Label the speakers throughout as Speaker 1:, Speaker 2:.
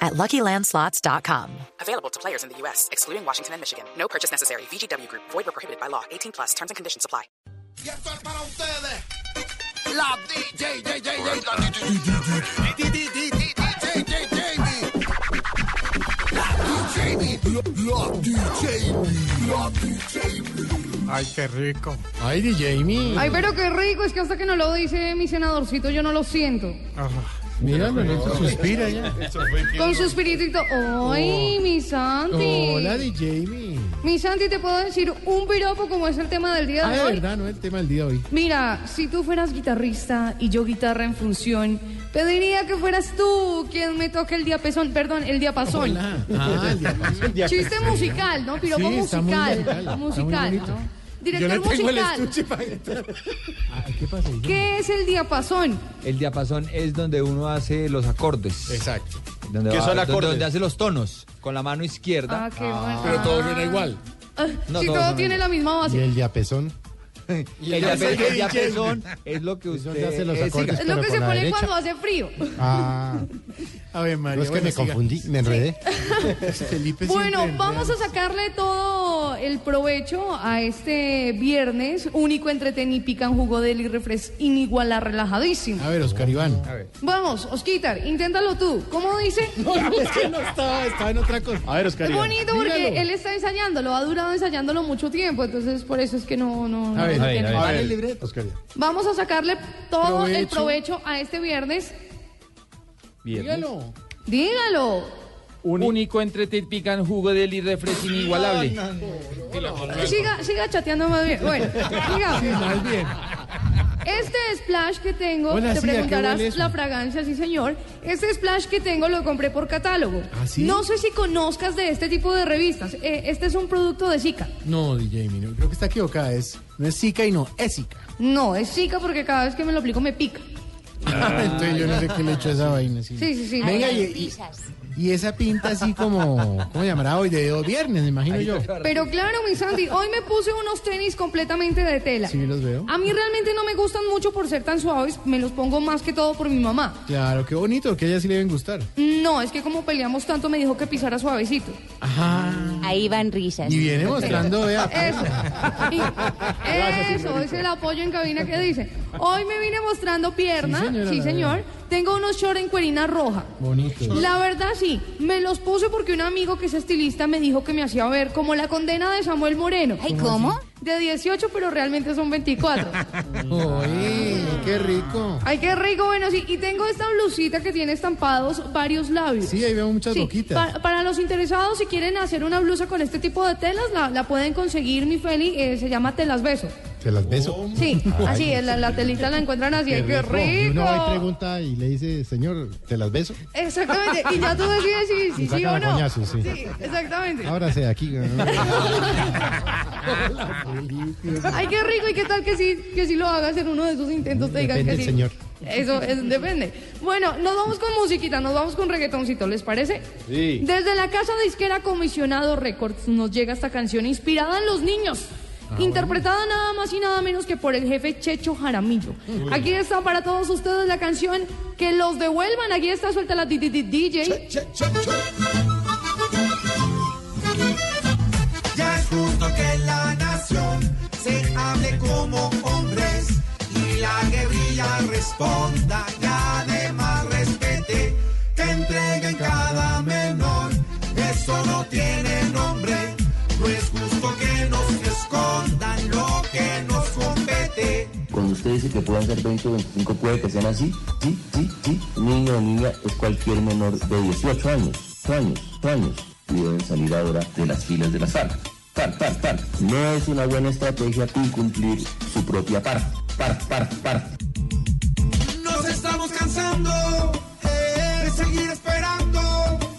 Speaker 1: at luckylandslots.com.
Speaker 2: Available to players in the U.S., excluding Washington and Michigan. No purchase necessary. VGW Group, void or prohibited by law. 18 plus terms and conditions apply.
Speaker 3: Y esto es para ustedes. La DJ, DJ, la DJ, la DJ,
Speaker 4: Ay, qué rico.
Speaker 5: Ay, DJ Jamie.
Speaker 6: Ay, pero qué rico, es que hasta que no lo dice mi senadorcito, yo no lo siento.
Speaker 5: Ah, Mira, Manolito, suspira ya.
Speaker 6: Con su espiritito. ¡Ay, mi Santi!
Speaker 5: Oh. Hola, DJ Jamie.
Speaker 6: Mi Santi, te puedo decir un piropo como es el tema del día
Speaker 5: Ah,
Speaker 6: de
Speaker 5: de
Speaker 6: hoy.
Speaker 5: verdad, no es el tema del día de hoy.
Speaker 6: Mira, si tú fueras guitarrista y yo guitarra en función, pediría que fueras tú quien me toque el diapasón, perdón, el diapasón.
Speaker 5: Hola. Ah, el día pasó.
Speaker 6: Chiste musical, ¿no? Piropo
Speaker 5: Sí, está
Speaker 6: musical.
Speaker 5: muy musical, está muy
Speaker 6: musical,
Speaker 5: bonito.
Speaker 6: ¿no? Director musical.
Speaker 5: para esto.
Speaker 6: ¿Qué es el diapasón?
Speaker 7: El diapasón es donde uno hace los acordes.
Speaker 5: Exacto.
Speaker 7: Donde
Speaker 4: Eh, ¿Qué
Speaker 7: va-
Speaker 4: son
Speaker 7: do-
Speaker 4: acordes?
Speaker 7: Donde hace los tonos con la mano izquierda.
Speaker 6: Ah, qué bueno.
Speaker 5: Pero todo suena igual.
Speaker 6: Ah,
Speaker 7: No,
Speaker 6: si
Speaker 7: todos
Speaker 6: todo
Speaker 7: son
Speaker 6: tiene la misma
Speaker 5: Y
Speaker 6: base.
Speaker 5: el diapesón.
Speaker 7: el
Speaker 5: ya sé
Speaker 7: diape-
Speaker 5: que
Speaker 7: el diapasón es lo que
Speaker 5: Es
Speaker 7: usted
Speaker 5: donde hace los
Speaker 7: eh,
Speaker 5: acordes.
Speaker 6: Es lo
Speaker 5: pero
Speaker 6: que
Speaker 5: con
Speaker 6: se
Speaker 5: la
Speaker 6: pone
Speaker 5: derecha.
Speaker 6: cuando hace frío.
Speaker 5: Ah,
Speaker 4: A ver, María.
Speaker 5: no es que
Speaker 4: bueno,
Speaker 5: me
Speaker 4: siga.
Speaker 5: confundí, me enredé.
Speaker 4: Felipe
Speaker 6: Bueno,
Speaker 4: siempre
Speaker 6: vamos a
Speaker 4: enreda.
Speaker 6: sacarle todo el provecho a este viernes único entretén y pican jugo del y refres iniguala relajadísimo.
Speaker 5: A ver, Oscar Iván.
Speaker 6: Vamos, Osquitar, inténtalo tú. ¿Cómo dice?
Speaker 5: No, no, es que no estaba, estaba en otra cosa. A ver, Oscar
Speaker 6: Es bonito porque
Speaker 5: Dígalo.
Speaker 6: él está ensayándolo, ha durado ensayándolo mucho tiempo, entonces por eso es que no, no,
Speaker 5: A
Speaker 6: no
Speaker 5: ver,
Speaker 6: lo
Speaker 5: a ver,
Speaker 6: tiene.
Speaker 5: a ver. Oscar Iván.
Speaker 6: Vamos a sacarle todo el
Speaker 5: Provecho.
Speaker 6: provecho a este viernes.
Speaker 7: viernes.
Speaker 5: Dígalo.
Speaker 6: Dígalo.
Speaker 8: Único entre te pican jugo del irrefres inigualable.
Speaker 6: Siga, siga chateando más bien. Bueno, siga.
Speaker 5: Más bien.
Speaker 6: Este splash que tengo,
Speaker 5: Hola,
Speaker 6: te
Speaker 5: sí, ¿a qué
Speaker 6: preguntarás
Speaker 5: huele eso?
Speaker 6: la fragancia, sí señor. Este splash que tengo lo compré por catálogo.
Speaker 5: ¿Ah, sí?
Speaker 6: No sé si conozcas de este tipo de revistas. Eh, este es un producto de Zika.
Speaker 5: No, DJ Jamie, no, creo que está equivocada. Es, no es Zika y no, es Zika.
Speaker 6: No, es Zika porque cada vez que me lo aplico me pica.
Speaker 5: Ah, Entonces yo no sé qué le echo a esa vaina.
Speaker 6: Sí, sí, sí.
Speaker 5: Venga, y, y- y esa pinta así como, ¿cómo llamará hoy? De dos viernes, me imagino yo.
Speaker 6: Pero claro, mi Sandy, hoy me puse unos tenis completamente de tela.
Speaker 5: Sí, los veo.
Speaker 6: A mí realmente no me gustan mucho por ser tan suaves, me los pongo más que todo por mi mamá.
Speaker 5: Claro, qué bonito, que a ella sí le deben gustar.
Speaker 6: No, es que como peleamos tanto me dijo que pisara suavecito.
Speaker 5: Ajá.
Speaker 9: Ahí van risas.
Speaker 5: Y viene mostrando, vea.
Speaker 6: Eso. Y- eso es el apoyo en cabina que dice. Hoy me vine mostrando pierna.
Speaker 5: Sí, señora,
Speaker 6: Sí, señor.
Speaker 5: la
Speaker 6: Tengo unos shorts en cuerina roja.
Speaker 5: Bonito.
Speaker 6: La verdad sí, me los puse porque un amigo que es estilista me dijo que me hacía ver como la condena de Samuel Moreno.
Speaker 9: Ay, ¿cómo?
Speaker 6: De 18, pero realmente son 24.
Speaker 5: Oye, qué rico.
Speaker 6: Ay, qué rico, bueno, sí. Y tengo esta blusita que tiene estampados varios labios.
Speaker 5: Sí, ahí veo muchas
Speaker 6: Sí,
Speaker 5: boquitas.
Speaker 6: pa- para los interesados, si quieren hacer una blusa con este tipo de telas, la, la pueden conseguir, mi Feli, eh, se llama Telas Beso.
Speaker 5: Te las beso.
Speaker 6: Sí, así es, la, la telita la encuentran así, ¡ay, qué
Speaker 5: Y uno va y
Speaker 6: rico!
Speaker 5: pregunta y le dice, señor, ¿te las beso?
Speaker 6: Exactamente, y ya tú decides si si sí,
Speaker 5: sacan a
Speaker 6: o no.
Speaker 5: coñazos, sí.
Speaker 6: exactamente.
Speaker 5: Ahora sea aquí. Hola, Felipe.
Speaker 6: Ay, qué rico, y qué tal que sí, que sí lo hagas en uno de esos intentos, te digan
Speaker 5: Depende,
Speaker 6: que sí.
Speaker 5: señor.
Speaker 6: Eso es- depende. Bueno, nos vamos con musiquita, nos vamos con reggaetoncito, ¿les parece? Sí. Desde la casa disquera Comisionado Records nos llega esta canción inspirada en los niños. interpretada nada más y nada menos que por el jefe Checho Jaramillo. Aquí está para todos ustedes la canción que los devuelvan. Aquí está suelta la di- di- di- DJ.
Speaker 3: Ya es justo que la nación se hable como hombres y la guerrilla responda y además respete que entreguen cada menor. Eso no tiene nombre, no es justo que nos escondan lo que nos compete.
Speaker 10: Cuando usted dice que pueden ser 20 o 25, puede que sean así. Sí, sí, sí. Un niño o niña es cualquier menor de 18 años, años, años. Y deben salir ahora de las filas de las FARC. FARC, FARC, FARC. No es una buena estrategia incumplir su propia FARC. FARC, FARC, FARC.
Speaker 3: Nos estamos cansando eh, de seguir esperando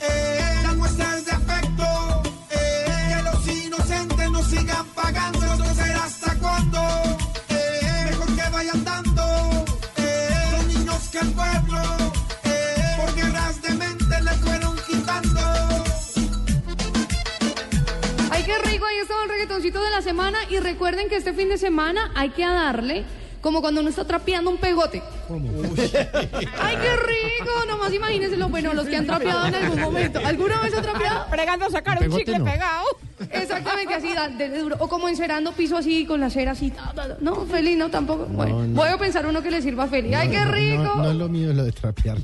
Speaker 3: eh, las muestras de afecto. eh, que los inocentes nos sigan pagando. ¿Esto será hasta cuándo? Eh, eh,
Speaker 6: estado el reggaetoncito de la semana y recuerden que este fin de semana hay que darle como cuando uno está trapeando un pegote. ¡Ay, qué rico! Nomás imagínense lo bueno, los que han trapeado en algún momento. ¿Alguna vez ha trapeado?
Speaker 9: Pregando sacar un
Speaker 5: Pegote
Speaker 9: chicle
Speaker 5: no.
Speaker 9: pegado.
Speaker 6: Exactamente así, da- de- de duro. o como encerando piso así con la cera así. ta, ta, ta. No, feliz no tampoco. bueno,
Speaker 5: no.
Speaker 6: voy a pensar uno que le sirva a Feli. ¡Ay, qué rico!
Speaker 5: No, no es lo mío lo de trapear.